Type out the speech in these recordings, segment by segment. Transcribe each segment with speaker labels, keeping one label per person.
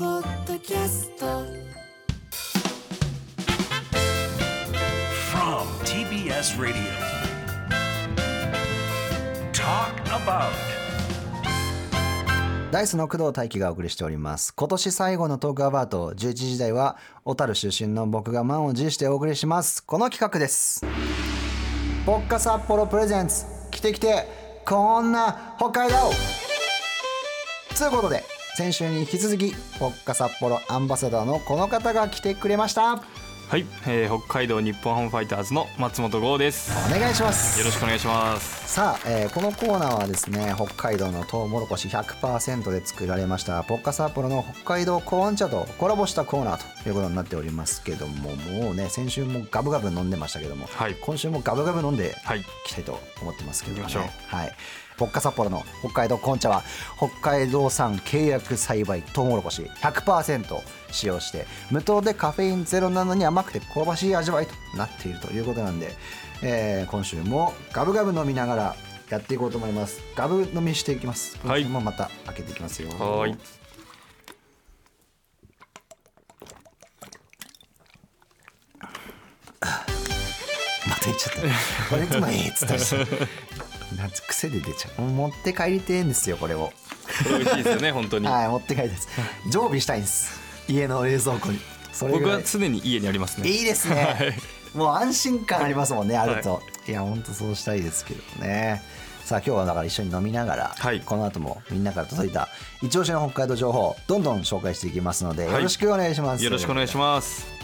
Speaker 1: キャスト
Speaker 2: from TBS Radio. Talk about.
Speaker 3: ダイスの工藤大輝がお送りしております。今年最後のトークアバート11時台は、小樽出身の僕が満を持してお送りします。この企画です。ポッカ札幌プレゼンツ、来て来て、こんな北海道ということで、先週に引き続き、ポッカ札幌アンバサダーのこの方が来てくれました。お
Speaker 4: はい、えー、北海道日本ハムファイターズの松本剛です。
Speaker 3: 願いします。
Speaker 4: よろしくお願いします。
Speaker 3: さあ、えーこのコーナーはですね北海道のトウモロコシ100%で作られましたポッカサーポロの北海道コーン茶とコラボしたコーナーということになっておりますけどももうね先週もガブガブ飲んでましたけども、
Speaker 4: はい
Speaker 3: 今週もガブガブ飲んで
Speaker 4: はい、
Speaker 3: いきたいと思ってますけども、ね、
Speaker 4: 行きましょ
Speaker 3: はいポッカサッポロの北海道コーン茶は北海道産契約栽培トウモロコシ100%使用して無糖でカフェインゼロなのに甘くて香ばしい味わいとなっているということなんで、えー今週もガブガブ飲みながらやっていこうと思いますガブ飲みしていきます
Speaker 4: はい
Speaker 3: 今週もまた開けていきますよ
Speaker 4: はーい、
Speaker 3: また言っちゃったこれつまりっつったら さなんつ癖で出ちゃう持って帰りてえんですよこれを
Speaker 4: これ美味しいですよね、本当に。
Speaker 3: はい、持って帰りたいです。常備したいんです。家の冷蔵庫に。それぐ
Speaker 4: 僕
Speaker 3: ら。
Speaker 4: はい常に家にありますね。
Speaker 3: いいです ね、もう安心感ありますもんね、あると。、
Speaker 4: はい
Speaker 3: や、本当そうしたいですけどね。さあ、今日はだから一緒に飲みながら、
Speaker 4: はい
Speaker 3: この後もみんなから届いた一押しの北海道情報、どんどん紹介していきますので、
Speaker 4: はい
Speaker 3: よろしくお願いします。
Speaker 4: よろしくお願いし
Speaker 3: ま
Speaker 4: ます。
Speaker 3: す。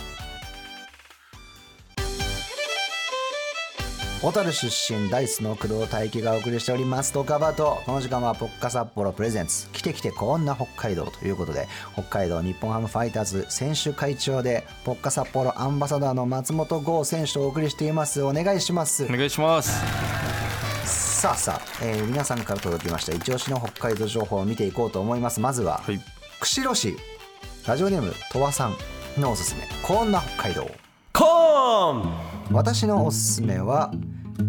Speaker 3: 小樽出身、ダイスの工藤大輝がお送りしております、トークアバート。この時間は、ポッカ札幌プレゼンツ、来て来てこんな北海道ということで、北海道日本ハムファイターズ選手会長で、ポッカ札幌アンバサダーの松本剛選手とお送りしています。お願いします
Speaker 4: お。願いします。
Speaker 3: さあさあ、えー皆さんから届きました一押しの北海道情報を見ていこうと思いますまずは、
Speaker 4: はい、
Speaker 3: 釧路市ラジオネームとわさんのおすすめこんな北海道
Speaker 5: コーン
Speaker 3: 私のおすすめは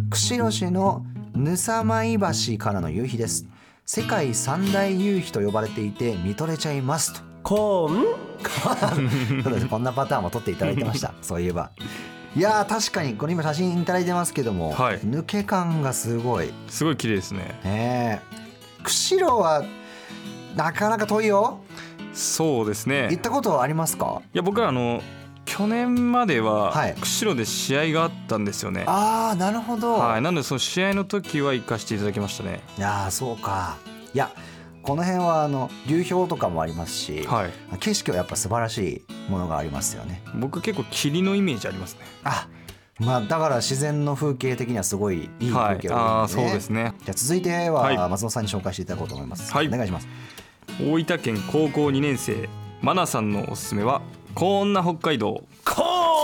Speaker 3: 釧路市のぬさまい橋からの夕日です世界三大夕日と呼ばれていて見とれちゃいますと
Speaker 5: コーン
Speaker 3: そう ですこんなパターンも撮っていただいてましたそういえばいやー確かにこれ今写真いただいてますけども、
Speaker 4: はい
Speaker 3: 抜け感がすごい
Speaker 4: すごい綺麗ですね。
Speaker 3: ねえ釧路はなかなか遠いよ
Speaker 4: そうです
Speaker 3: 行っ
Speaker 4: ね。
Speaker 3: たことはありますか
Speaker 4: いや、僕らあの去年までは、
Speaker 3: はい
Speaker 4: 釧路で試合があったんですよね。
Speaker 3: ああなるほど、
Speaker 4: はい、
Speaker 3: い、
Speaker 4: なのでその試合の時は行かせていただきましたね。
Speaker 3: やーそうかいやこの辺はあの流氷とかもありますし、
Speaker 4: はい、
Speaker 3: 景色はやっぱ素晴らしいものがありますよね
Speaker 4: 僕結構霧のイメージありますね。
Speaker 3: あまあだから自然の風景的にはすごいいい
Speaker 4: は
Speaker 3: 風景
Speaker 4: い、
Speaker 3: が
Speaker 4: あ
Speaker 3: 多
Speaker 4: あー、そう
Speaker 3: い
Speaker 4: です
Speaker 3: ね
Speaker 4: ね。
Speaker 3: じゃあ続いて
Speaker 4: はい
Speaker 3: は松本さんに紹介していただこうと思います、
Speaker 4: はい
Speaker 3: お願いします
Speaker 4: 大分県高校2年生マナさんのおすすめはこんな北海道、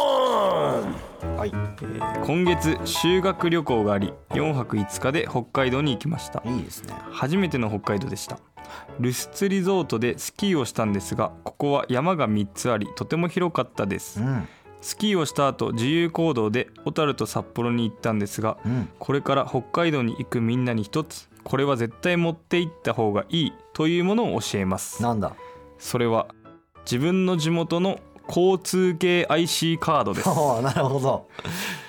Speaker 3: はい
Speaker 4: えー今月修学旅行があり4泊5日で北海道に行きました
Speaker 3: いいですね
Speaker 4: 初めての北海道でしたルスツリゾートでスキーをしたんですがここは山が3つありとても広かったで
Speaker 3: う
Speaker 4: す
Speaker 3: ん
Speaker 4: スキーをした後自由行動で小樽と札幌に行ったんですが
Speaker 3: うん
Speaker 4: これから北海道に行くみんなに一つこれは絶対持って行った方がいいというものを教えます
Speaker 3: なんだ
Speaker 4: それは自分の地元の交通系 IC カードで す
Speaker 3: おーなるほど、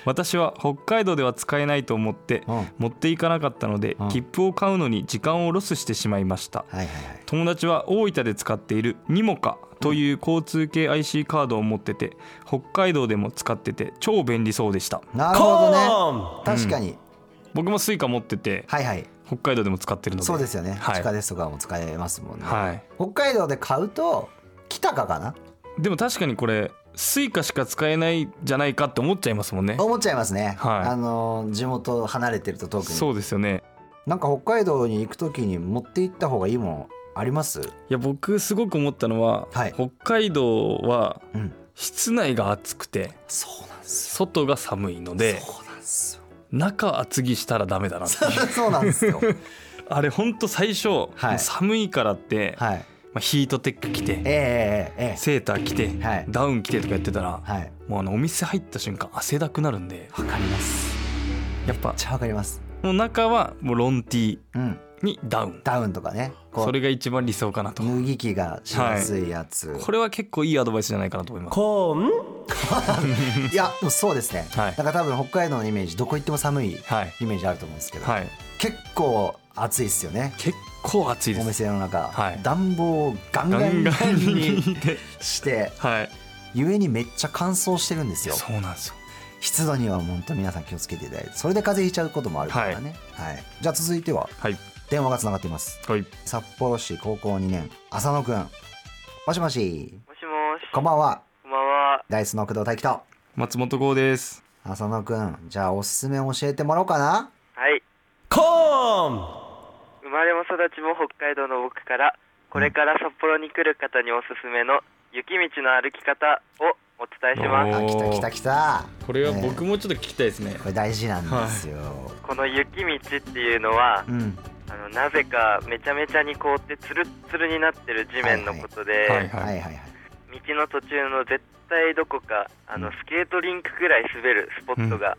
Speaker 4: 私は北海道では使えないと思って
Speaker 3: うん、はい
Speaker 4: 持っていかなかったので
Speaker 3: うん
Speaker 4: 切符を買うのに時間をロスしてしまいました
Speaker 3: はいはい
Speaker 4: 友達は大分で使っているニモカという交通系 IC カードを持ってて北海道でも使ってて超便利そうでした
Speaker 3: なるほどね
Speaker 5: コーン
Speaker 3: 確かに、
Speaker 4: 僕もスイカ持ってて
Speaker 3: はいはい
Speaker 4: 北海道でも使ってるので
Speaker 3: そうですよね、
Speaker 4: はい
Speaker 3: 地下ですとかも使えますもんね、
Speaker 4: はい
Speaker 3: 北海道で買うと北かかな
Speaker 4: でも確かにこれスイカしか使えないじゃないかって思っちゃいますもんね
Speaker 3: 思っちゃいますね、
Speaker 4: はい
Speaker 3: あのー地元離れてると特に
Speaker 4: そうですよね
Speaker 3: なんか北海道に行く時に持って行った方がいいものあります
Speaker 4: いや僕すごく思ったのは、
Speaker 3: はい
Speaker 4: 北海道は
Speaker 3: うん
Speaker 4: 室内が暑くて
Speaker 3: そうなんです
Speaker 4: 外が寒いので
Speaker 3: そうなんですよ
Speaker 4: 中厚着したらダメだなって
Speaker 3: そうなんです よ
Speaker 4: あれほんと最初、
Speaker 3: はい
Speaker 4: 寒いからって、
Speaker 3: はい
Speaker 4: まあ、ヒートテック着て
Speaker 3: えええええ
Speaker 4: セーター着て、
Speaker 3: はい
Speaker 4: ダウン着てとかやってたら、
Speaker 3: えはい
Speaker 4: もうあのお店入った瞬間汗だくなるんで
Speaker 3: わかります
Speaker 4: やっぱ
Speaker 3: めっちゃわかります
Speaker 4: もう中はもうロン T
Speaker 3: うん
Speaker 4: にダウン
Speaker 3: ダウンとかねこ
Speaker 4: そうれが一番理想かなと
Speaker 3: 脱ぎ着がしやすいやつ、
Speaker 4: これは結構いいアドバイスじゃないかなと思います
Speaker 5: コーン
Speaker 3: いやでもそうですね、
Speaker 4: はい
Speaker 3: なんか多分北海道のイメージどこ行っても寒い
Speaker 4: はい
Speaker 3: イメージあると思うんですけど、
Speaker 4: はい
Speaker 3: 結構暑いですよね
Speaker 4: 結構暑いで
Speaker 3: お
Speaker 4: す
Speaker 3: 店の中、
Speaker 4: はい
Speaker 3: 暖房をガン
Speaker 4: ガ
Speaker 3: ガン
Speaker 4: ンガ
Speaker 3: ガン
Speaker 4: ンに
Speaker 3: に
Speaker 4: 聞いて
Speaker 3: して
Speaker 4: はい
Speaker 3: ゆえにめっちゃ乾燥してるんですよ
Speaker 4: そうなんですよ
Speaker 3: 湿度には本当皆さん気をつけていただいてそれで風邪ひいちゃうこともあるからね、はいじゃあ続いては
Speaker 4: はい
Speaker 3: 電話がつながっています
Speaker 4: はい
Speaker 3: 札幌市高校2年浅野くんもしもし
Speaker 1: もしもし。
Speaker 3: こんばんは
Speaker 1: こんばんは。
Speaker 3: ダイスの工藤大樹と
Speaker 4: 松本剛です
Speaker 3: 浅野くんじゃあおすすめ教えてもらおうかな
Speaker 1: はい。
Speaker 5: コーン
Speaker 1: 生まれも育ちも北海道の僕から、これから札幌に来る方におすすめの雪道の歩き方をお伝えしま
Speaker 4: お
Speaker 1: す。
Speaker 3: あ
Speaker 4: ー
Speaker 3: 来た来た来た
Speaker 4: これは
Speaker 3: ね
Speaker 4: 僕もちょっと聞きたいですね
Speaker 3: これ大事なんですよ、
Speaker 1: この雪道っていうのは
Speaker 3: う、ん
Speaker 1: あのなぜかめちゃめちゃに凍ってつるつるになってる地面のことで、
Speaker 4: はい
Speaker 3: はいは
Speaker 4: はい
Speaker 3: いはい
Speaker 1: 道の途中の絶対どこかあのスケートリンクぐらい滑るスポットが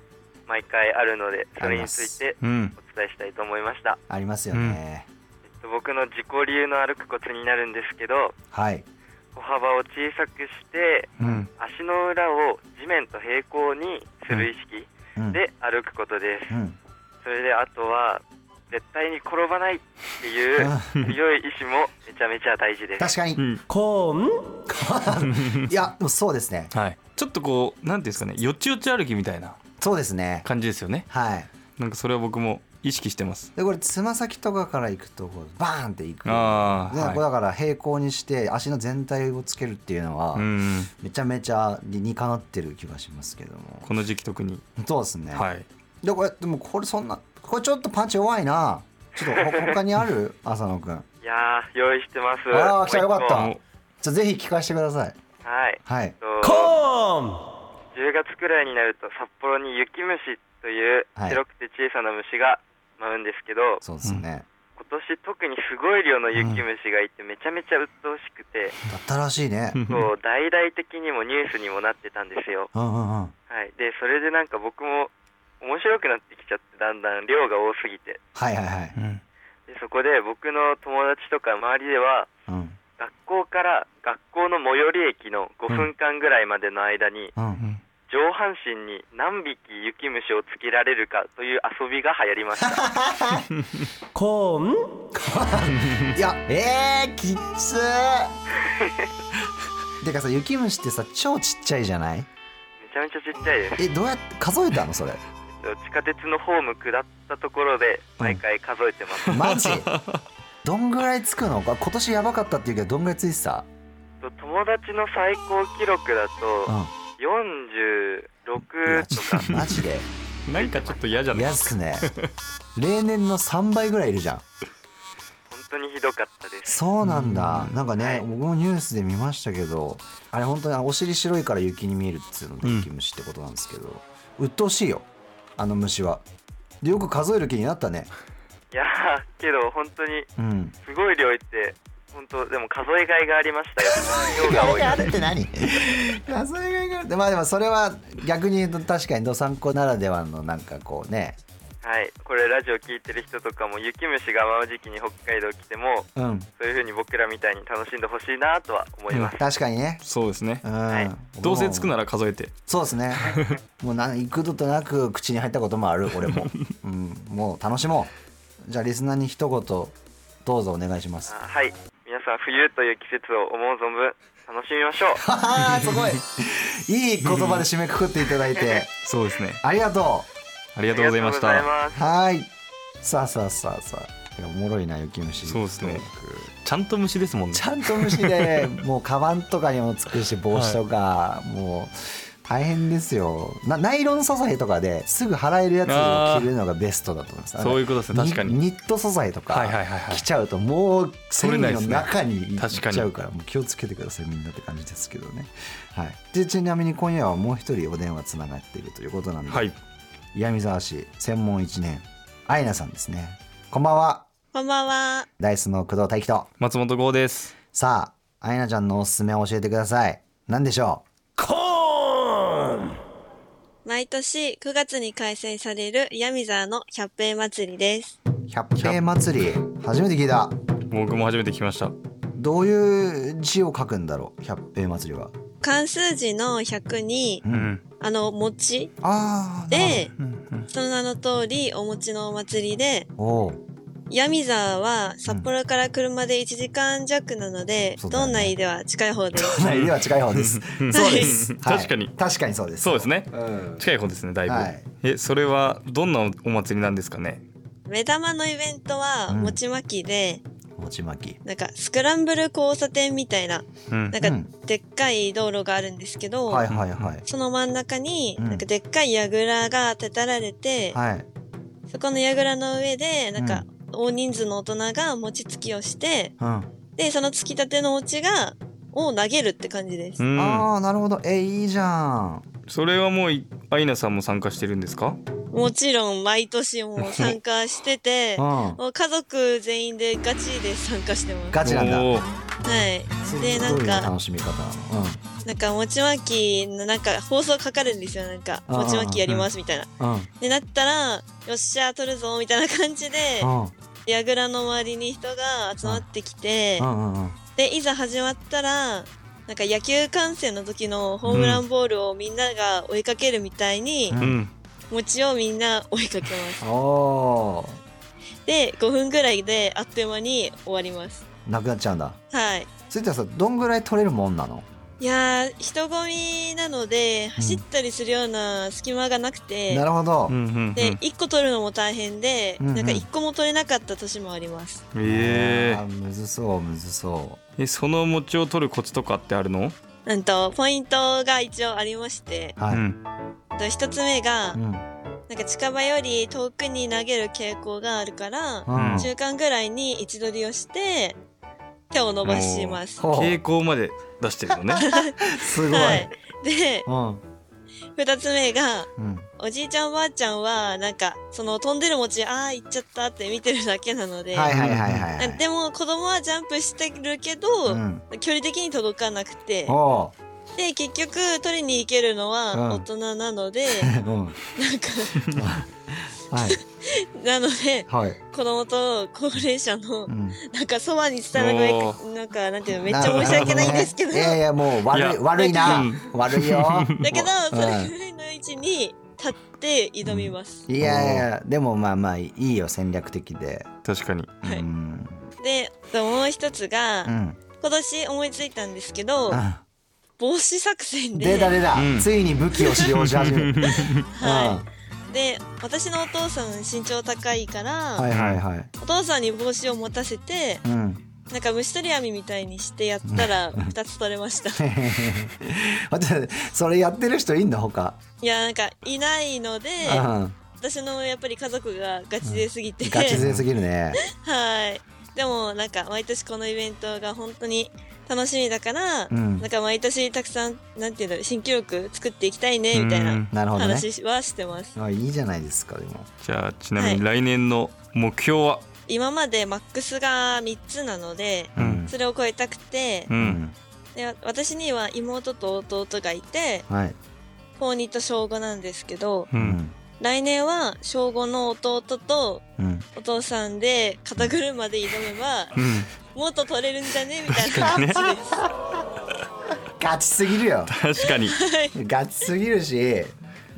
Speaker 1: 毎回あるので、それについて
Speaker 4: うん
Speaker 1: お伝えしたいと思いました。
Speaker 3: ありますよね、
Speaker 1: えっと僕の自己流の歩くコツになるんですけど、
Speaker 3: はい
Speaker 1: 歩幅を小さくして
Speaker 4: うん
Speaker 1: 足の裏を地面と平行にする意識
Speaker 3: うん
Speaker 1: で歩くことで
Speaker 3: う
Speaker 1: す、
Speaker 3: ん
Speaker 1: それであとは絶対に転ばないっていう強い意志もめちゃめちゃ大事で
Speaker 3: 確
Speaker 1: す
Speaker 3: かに、
Speaker 4: うん
Speaker 5: コーン
Speaker 3: いやでもそうですね
Speaker 4: はいちょっとこうなんていうんですかねよちよち歩きみたいな
Speaker 3: そうですね
Speaker 4: 感じですよね
Speaker 3: はい
Speaker 4: なんかそれは僕も意識してます
Speaker 3: でこれつま先とかから行くとこうバーンって行く
Speaker 4: ああ
Speaker 3: ね
Speaker 4: はい
Speaker 3: これだから平行にして足の全体をつけるっていうのは、
Speaker 4: うん
Speaker 3: めちゃめちゃ理にかなってる気がしますけども
Speaker 4: この時期特に
Speaker 3: そうですね、
Speaker 4: はい
Speaker 3: でこれでもこれそんなこれちょっとパンチ弱いなちょっとほ他にあ る浅野君
Speaker 1: いやー用意してます
Speaker 3: あー来たよかった
Speaker 1: もう
Speaker 4: お
Speaker 3: じゃあぜひ聞かせてください
Speaker 1: 一個はい、
Speaker 3: はい
Speaker 1: と
Speaker 5: コーン
Speaker 1: 10月くらいになると札幌に雪虫という
Speaker 3: はい
Speaker 1: 白くて小さな虫が舞うんですけど、
Speaker 3: そうですね、
Speaker 1: 今年特にすごい量の雪虫がいてめちゃめちゃ鬱陶しくて、
Speaker 3: だったらしいね
Speaker 4: うん
Speaker 1: そう大々的にもニュースにもなってたんですよ
Speaker 3: うんうんうん
Speaker 1: はい、でそれでなんか僕も面白くなってきちゃってだんだん量が多すぎて
Speaker 3: はいはいはい、
Speaker 4: うん
Speaker 1: でそこで僕の友達とか周りでは
Speaker 3: うん
Speaker 1: 学校から学校の最寄り駅の5分間ぐらいまでの間に
Speaker 3: うん
Speaker 4: うん
Speaker 1: 上半身に何匹雪虫をつけられるかという遊びが流行りました
Speaker 5: コーン
Speaker 3: いやえー、 きっつーてかさ雪虫ってさ超ちっちゃいじゃない
Speaker 1: めちゃめちゃちっちゃいです
Speaker 3: えどうやって数えたのそれ
Speaker 1: 地下鉄のホーム下ったところで毎回数えてます、
Speaker 3: マ ジどんぐらいつくのか今年やばかったっていうけどどんぐらいついてた、
Speaker 1: と友達の最高記録だと
Speaker 3: うん、いや
Speaker 1: 46
Speaker 3: ち
Speaker 1: と
Speaker 3: ょ
Speaker 1: か
Speaker 3: っとマジで
Speaker 4: なんかちょっと嫌じゃない
Speaker 3: 嫌っすね例年の3倍ぐらいいるじゃん
Speaker 1: 本当にひどかったです
Speaker 3: そうなんだなんかね、
Speaker 1: はい
Speaker 3: 僕もニュースで見ましたけどあれ本当にあのお尻白いから雪に見えるっつうので
Speaker 4: うん
Speaker 3: 雪虫ってことなんですけど、鬱陶しいよあの虫はでよく数える気になったね
Speaker 1: いやーけど本当に
Speaker 3: うん
Speaker 1: すごい量いって本当でも数えがいがありましたよ量が多いので
Speaker 3: って何数えがいがあるってまあでもそれは逆に言うと確かにどさんこならではのなんかこうね
Speaker 1: はいこれラジオ聞いてる人とかも雪虫が舞う時期に北海道来ても
Speaker 3: うん
Speaker 1: そういう風に僕らみたいに楽しんでほしいなとは思います、
Speaker 3: 確かにね
Speaker 4: そうですね
Speaker 3: うん、
Speaker 1: い
Speaker 4: どうせつく
Speaker 3: な
Speaker 4: なら数えて
Speaker 3: そうです ねもうな幾度となく口に入ったこともある俺 も、うん、もう楽しもうじゃあリスナーに一言どうぞお願いします
Speaker 1: あはい皆さん冬という季節を思う存分楽しみ ましょう
Speaker 3: あーすごい いい言葉で締めくくっていただい て
Speaker 4: そうですね
Speaker 3: ありがと
Speaker 4: ありがとうございました
Speaker 1: ありがとうござ
Speaker 3: う
Speaker 1: います
Speaker 3: はーいさあさあさあさあいやおもろいな雪虫
Speaker 4: そうですねちゃんと虫ですもんね
Speaker 3: ちゃんと虫 でもうカバンとかにもつくし帽子とか、もう大変ですよなナイロン素材とかですぐ払えるやつを着るのがベストだと思います
Speaker 4: そういうことですね
Speaker 3: あの
Speaker 4: 確かに
Speaker 3: ニニット素材と
Speaker 4: はいはい
Speaker 3: か
Speaker 4: はいはい
Speaker 3: 着ちゃうともう繊
Speaker 4: 取れない
Speaker 3: 維
Speaker 4: で
Speaker 3: の
Speaker 4: すね
Speaker 3: 中にいっ
Speaker 4: 確かに
Speaker 3: ちゃうからもう気をつけてくださいみんなって感じですけどね、はい、でちなみに今夜はもう一人お電話つながっているということなんで、
Speaker 4: はい
Speaker 3: 闇沢市専門1年アイナさんですねこんばんは
Speaker 6: こんばんは。
Speaker 3: ダイスの工藤大樹と
Speaker 4: 松本剛です
Speaker 3: さあ、アイナちゃんのおすすめを教えてください。何でしょ
Speaker 5: コーン
Speaker 6: 毎年9月に開催されるヤミザーの百平祭りです。
Speaker 3: 百平祭り初めて聞いた
Speaker 4: 僕も初めて聞きました
Speaker 3: どういう字を書くんだろう百平祭りは
Speaker 6: 漢数字の100に
Speaker 3: う、ん
Speaker 4: うん
Speaker 6: あの、餅
Speaker 3: ああ
Speaker 6: で、
Speaker 4: うんうん
Speaker 6: その名の通り、お餅のお祭りで、
Speaker 3: お お
Speaker 6: 闇沢は札幌から車で1時間弱なので、
Speaker 3: そうだよね
Speaker 6: 道内では近い方です。
Speaker 3: 内では近い方です
Speaker 4: う
Speaker 3: そうん です、はい
Speaker 4: 確かに
Speaker 3: 確かにそうです
Speaker 4: そうですね
Speaker 3: うん
Speaker 4: 近い方ですねだいぶ、
Speaker 3: はい
Speaker 4: えそれはどんなお祭りなんですかね
Speaker 6: 目玉のイベントは
Speaker 3: うん
Speaker 6: 餅まきで、
Speaker 3: 餅巻き
Speaker 6: なんかスクランブル交差点みたいな、
Speaker 4: うん
Speaker 6: なん
Speaker 3: う
Speaker 6: か
Speaker 3: ん
Speaker 6: でっかい道路があるんですけど、
Speaker 3: はいはいはい
Speaker 6: その真ん中に、
Speaker 3: うん
Speaker 6: なんかでっかい櫓が建てられて、
Speaker 3: はい
Speaker 6: そこの櫓の上で、なんか大人数の大人が餅つきをして、
Speaker 3: うん
Speaker 6: で、そのつきたての餅が、を投げるって感じです。
Speaker 4: うん
Speaker 3: ああなるほどえいいじゃん
Speaker 4: それはもういアイナさんも参加してるんですか
Speaker 6: もちろん毎年もう参加し てて
Speaker 3: う、ん
Speaker 6: もう家族全員でガチで参加してます。
Speaker 3: ガチなんだ
Speaker 4: おー
Speaker 6: はい。で、な
Speaker 3: ど
Speaker 6: ん
Speaker 3: ういう
Speaker 6: か
Speaker 3: 楽、しみ方う
Speaker 6: なんか、餅巻きの、なんか、放送かかるんですよ。なんか、
Speaker 3: あー
Speaker 6: 餅巻きやりますみたいな。
Speaker 3: んうん
Speaker 6: で、なったら、よっしゃ、取るぞ、みたいな感じで、矢倉の周りに人が集まってきて
Speaker 3: う、んうんうん
Speaker 6: で、いざ始まったら、なんか野球観戦の時のホームランボールをみんなが追いかけるみたいに
Speaker 3: う、ん
Speaker 4: うん
Speaker 6: 餅をみんな追いかけます。
Speaker 3: うんお
Speaker 6: で、5分ぐらいであっという間に終わります。
Speaker 3: ーなくなっちゃうんだ
Speaker 6: はい。
Speaker 3: それってさどんぐらい取れるもんなの
Speaker 6: いやー、人混みなので、走ったりするような隙間がなくて、
Speaker 3: なるほど
Speaker 4: うんうんうん
Speaker 6: で、1個取るのも大変で、
Speaker 3: うんうん
Speaker 6: なんか1個も取れなかった年もあります。
Speaker 4: え
Speaker 3: あーむずそうむずそ
Speaker 4: ーえその餅を取るコツとかってあるの、
Speaker 6: なんと、ポイントが一応ありまして、
Speaker 3: うはいううん
Speaker 4: ん
Speaker 6: と1つ目が、なんか近場より遠くに投げる傾向があるから、
Speaker 3: うん
Speaker 6: 中間ぐらいに位置取りをして、手を伸ばします。
Speaker 3: ほう
Speaker 4: 傾向まで出してるの ね
Speaker 3: すごい
Speaker 6: はい。で、
Speaker 3: うん
Speaker 6: 2つ目が、
Speaker 3: うん
Speaker 6: おじいちゃんおばあちゃんは、なんか、その飛んでる餅、ああ、行っちゃったって見てるだけなので、
Speaker 3: はいはいはいはい
Speaker 6: でも子供はジャンプしてるけど、
Speaker 3: うん
Speaker 6: 距離的に届かなくて
Speaker 3: おー
Speaker 6: で結局取りに行けるの
Speaker 3: うん
Speaker 6: は大人なので、
Speaker 3: うん
Speaker 6: なんか
Speaker 3: はい
Speaker 6: なので
Speaker 3: はい
Speaker 6: 子供と高齢者の
Speaker 3: うん
Speaker 6: なんかそばに伝わる
Speaker 4: お
Speaker 6: のなんかなんていうのめっちゃ申し訳ないんですけど、
Speaker 3: いやいやもう悪
Speaker 4: い
Speaker 3: い
Speaker 4: や
Speaker 3: 悪いな
Speaker 4: うん
Speaker 3: 悪いよ
Speaker 6: だけどそれ
Speaker 3: う
Speaker 6: ぐらいの位置に立って挑みます。
Speaker 3: んいやいやでもまあまあいいよ戦略的で
Speaker 4: 確かに
Speaker 6: はい
Speaker 3: うん
Speaker 6: でもう一つが、
Speaker 3: うん
Speaker 6: 今年思いついたんですけど
Speaker 3: あ
Speaker 6: 帽子作戦で
Speaker 3: 出た出た
Speaker 4: うん
Speaker 3: ついに武器を使用し始めるうん
Speaker 6: は、
Speaker 3: はい
Speaker 6: で私のお父さん身長高いから、
Speaker 3: いはいはい
Speaker 6: お父さんに帽子を持たせて
Speaker 3: うん
Speaker 6: なんか虫取り網みたいにしてやったら2つ取れました
Speaker 3: 待ってそれやってる人いんの他
Speaker 6: いやなんかいないので
Speaker 3: うん
Speaker 6: 私のやっぱり家族がガチ勢すぎて
Speaker 3: ガチ勢すぎる ね
Speaker 6: はいでもなんか毎年このイベントが本当に楽しみだから、
Speaker 3: うん
Speaker 6: なんか毎年たくさんなんていうんだろう新記録作っていきたいねみたい
Speaker 4: うん
Speaker 6: な
Speaker 3: なるほどね
Speaker 6: 話はしてます、
Speaker 3: あいいじゃないですかでも
Speaker 4: じゃあちなみに来年の目標は、
Speaker 6: 今までマックスが3つなので
Speaker 4: うん
Speaker 6: それを超えたくて
Speaker 4: う
Speaker 3: うんん
Speaker 6: で私には妹と弟がいて
Speaker 3: はい
Speaker 6: 高2と小5なんですけど
Speaker 4: う
Speaker 3: うんん
Speaker 6: 来年は小5の弟と
Speaker 3: うん
Speaker 6: お父さんで肩車で挑めば
Speaker 4: うん
Speaker 6: もっと取れるんじゃねみたいな感じです。は
Speaker 3: ガチすぎるよ
Speaker 4: 確 かに
Speaker 6: い
Speaker 3: ガチすぎるし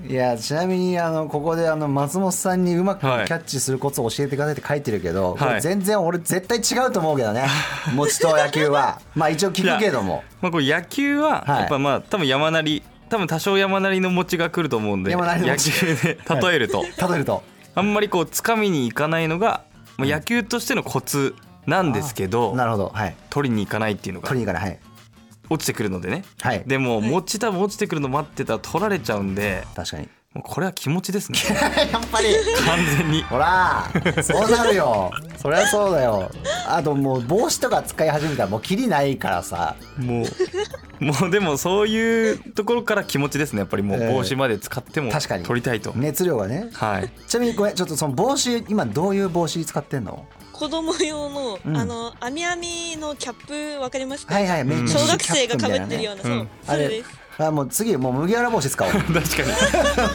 Speaker 3: いやちなみにあのここであの松本さんにうまくキ
Speaker 4: はい
Speaker 3: ャッチするコツを教えてくださいって書いてるけど、
Speaker 4: はい
Speaker 3: これ全然俺絶対違うと思うけど ね餅と野球はまあ一応聞くけども
Speaker 4: まあこう野球
Speaker 3: は
Speaker 4: は
Speaker 3: い
Speaker 4: やっぱまあ多分山なり多分多少山なりの餅が来ると思うんで
Speaker 3: 山なりの
Speaker 4: 野
Speaker 3: 餅
Speaker 4: 球で例えると、
Speaker 3: 例えると
Speaker 4: あんまりこう掴みに行かないのが、まあ、野球としてのコツなんですけど
Speaker 3: なるほどはい
Speaker 4: 取りに行かないっていうのが
Speaker 3: 取りに行かないはい
Speaker 4: 落ちてくるのでね
Speaker 3: はい
Speaker 4: でも餅多分落ちてくるの待ってたら取られちゃうんで
Speaker 3: 確かに
Speaker 4: もうこれは気持 ちですね
Speaker 3: やっぱり
Speaker 4: 完全に
Speaker 3: ほらそうなるよそりゃそうだよあともう帽子とか使い始めたらもうキリないからさ
Speaker 4: もうもうでもそういうところから気持ちですねやっぱりもう
Speaker 3: ええ
Speaker 4: 帽子まで使っても
Speaker 3: 確かに
Speaker 4: 取りたいと、
Speaker 3: 熱量がね
Speaker 4: はい
Speaker 3: ちなみにごめんちょっとその帽子今どういう帽子使ってんの
Speaker 6: 子供用の、
Speaker 3: うん
Speaker 6: あの網網のキャップわかりますか、
Speaker 3: はいはい、めっちゃ
Speaker 6: 小学生が
Speaker 3: キャ
Speaker 6: か
Speaker 3: ップみい
Speaker 6: ぶった
Speaker 3: なね
Speaker 6: てるような、
Speaker 4: うん
Speaker 6: そうそれです
Speaker 3: あもう次もう麦わら帽子 使おう
Speaker 4: 確かに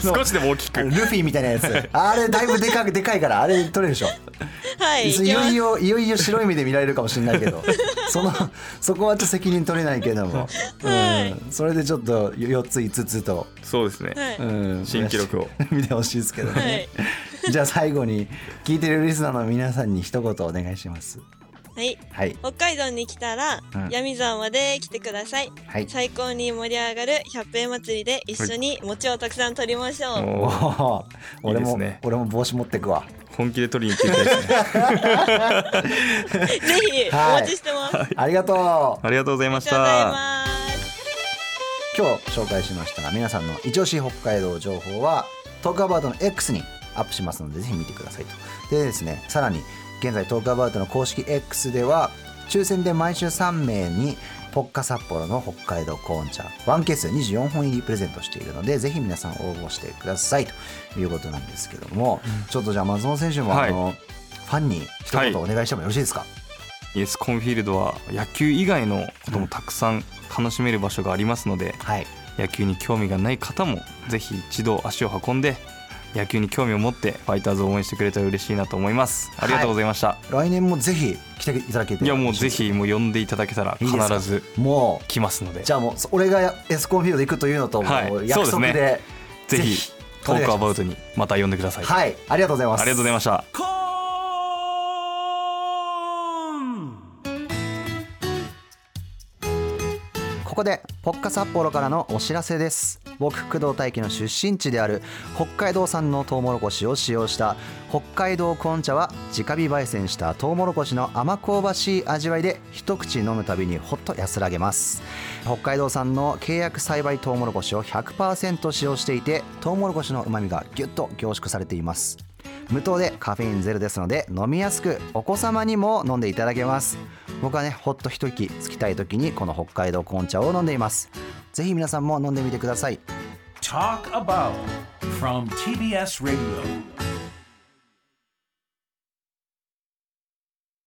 Speaker 4: 少しでも大き
Speaker 3: ル
Speaker 4: く
Speaker 3: フィみたいなやつあれだいぶでかくでかいからあれ取れるでしょ
Speaker 6: はい、
Speaker 3: い
Speaker 6: 行
Speaker 3: つい
Speaker 6: き
Speaker 3: よ
Speaker 6: ま
Speaker 3: い
Speaker 6: す。
Speaker 3: よいよいよ白い目で見られるかもしれないけどそのそこはちょっと責任取れないけども、
Speaker 6: はい
Speaker 3: うん、それでちょっと4つ5つと、
Speaker 4: そうですね、
Speaker 6: はい
Speaker 3: うん、
Speaker 4: 新記録を
Speaker 3: 見てほしいですけどね、
Speaker 6: は い
Speaker 3: じゃあ最後に聞いてるリスナーの皆さんに一言お願いします
Speaker 6: はい、
Speaker 3: はい
Speaker 6: 北海道に来たら、
Speaker 3: うん
Speaker 6: 闇沢まで来てください。
Speaker 3: はい
Speaker 6: 最高に盛り上がる百円祭りで一緒に餅をたくさん取りましょう。
Speaker 3: お
Speaker 4: もう
Speaker 3: ー俺も
Speaker 4: いいですね
Speaker 3: 俺も帽子持ってくわ
Speaker 4: 本気で取りに行っていきたいですね
Speaker 6: ぜひ
Speaker 3: はい
Speaker 6: お待ちしてます。あり
Speaker 3: ありがとう
Speaker 4: ありがとうございまし
Speaker 6: がとうござい
Speaker 4: た
Speaker 6: ます。
Speaker 3: 今日紹介しましたが皆さんの一押し北海道情報はトークアバウトの X にアップしますのでぜひ見てくださいとでですねさらに現在トークアバウトの公式 X では抽選で毎週3名にポッカ札幌の北海道コーン茶ワンケース24本入りプレゼントしているのでぜひ皆さん応募してくださいということなんですけども、ちょっとじゃあ松本選手もあの、ファンに一
Speaker 4: はい
Speaker 3: 言お願いしてもよろしいですか、
Speaker 4: イエスコンフィールドは野球以外のこともたくさん楽しめる場所がありますので、
Speaker 3: はい
Speaker 4: 野球に興味がない方もぜひ一度足を運んで野球に興味を持ってファイターズを応援してくれたら嬉しいなと思いますありがとうございました、
Speaker 3: 来年もぜひ来ていただけて
Speaker 4: い、やもうぜひもう呼んでいただけたら
Speaker 3: いい
Speaker 4: 必
Speaker 3: ですか
Speaker 4: ず
Speaker 3: もう
Speaker 4: 来ますので
Speaker 3: じゃあもうそ俺がエスコンフィールド行くというのとも
Speaker 4: はいう
Speaker 3: 約
Speaker 4: そ
Speaker 3: 束
Speaker 4: う
Speaker 3: で,、
Speaker 4: ですねぜひトークアバウ
Speaker 3: ト
Speaker 4: トにまた呼んでください、
Speaker 3: はいありがとうござい
Speaker 4: あ
Speaker 3: ます
Speaker 4: りがとうございました
Speaker 3: ここでポッカ札幌からのお知らせです僕工藤大輝の出身地である北海道産のトウモロコシを使用した北海道コーン茶は直火焙煎したトウモロコシの甘香ばしい味わいで一口飲むたびにほっと安らげます北海道産の契約栽培トウモロコシを100%使用していてトウモロコシの旨味がギュッと凝縮されています無糖でカフェインゼロですので飲みやすくお子様にも飲んでいただけます僕はねほっと一息つきたい時にこの北海道紅茶を飲んでいますぜひ皆さんも飲んでみてください
Speaker 2: Talk About from TBS Radio.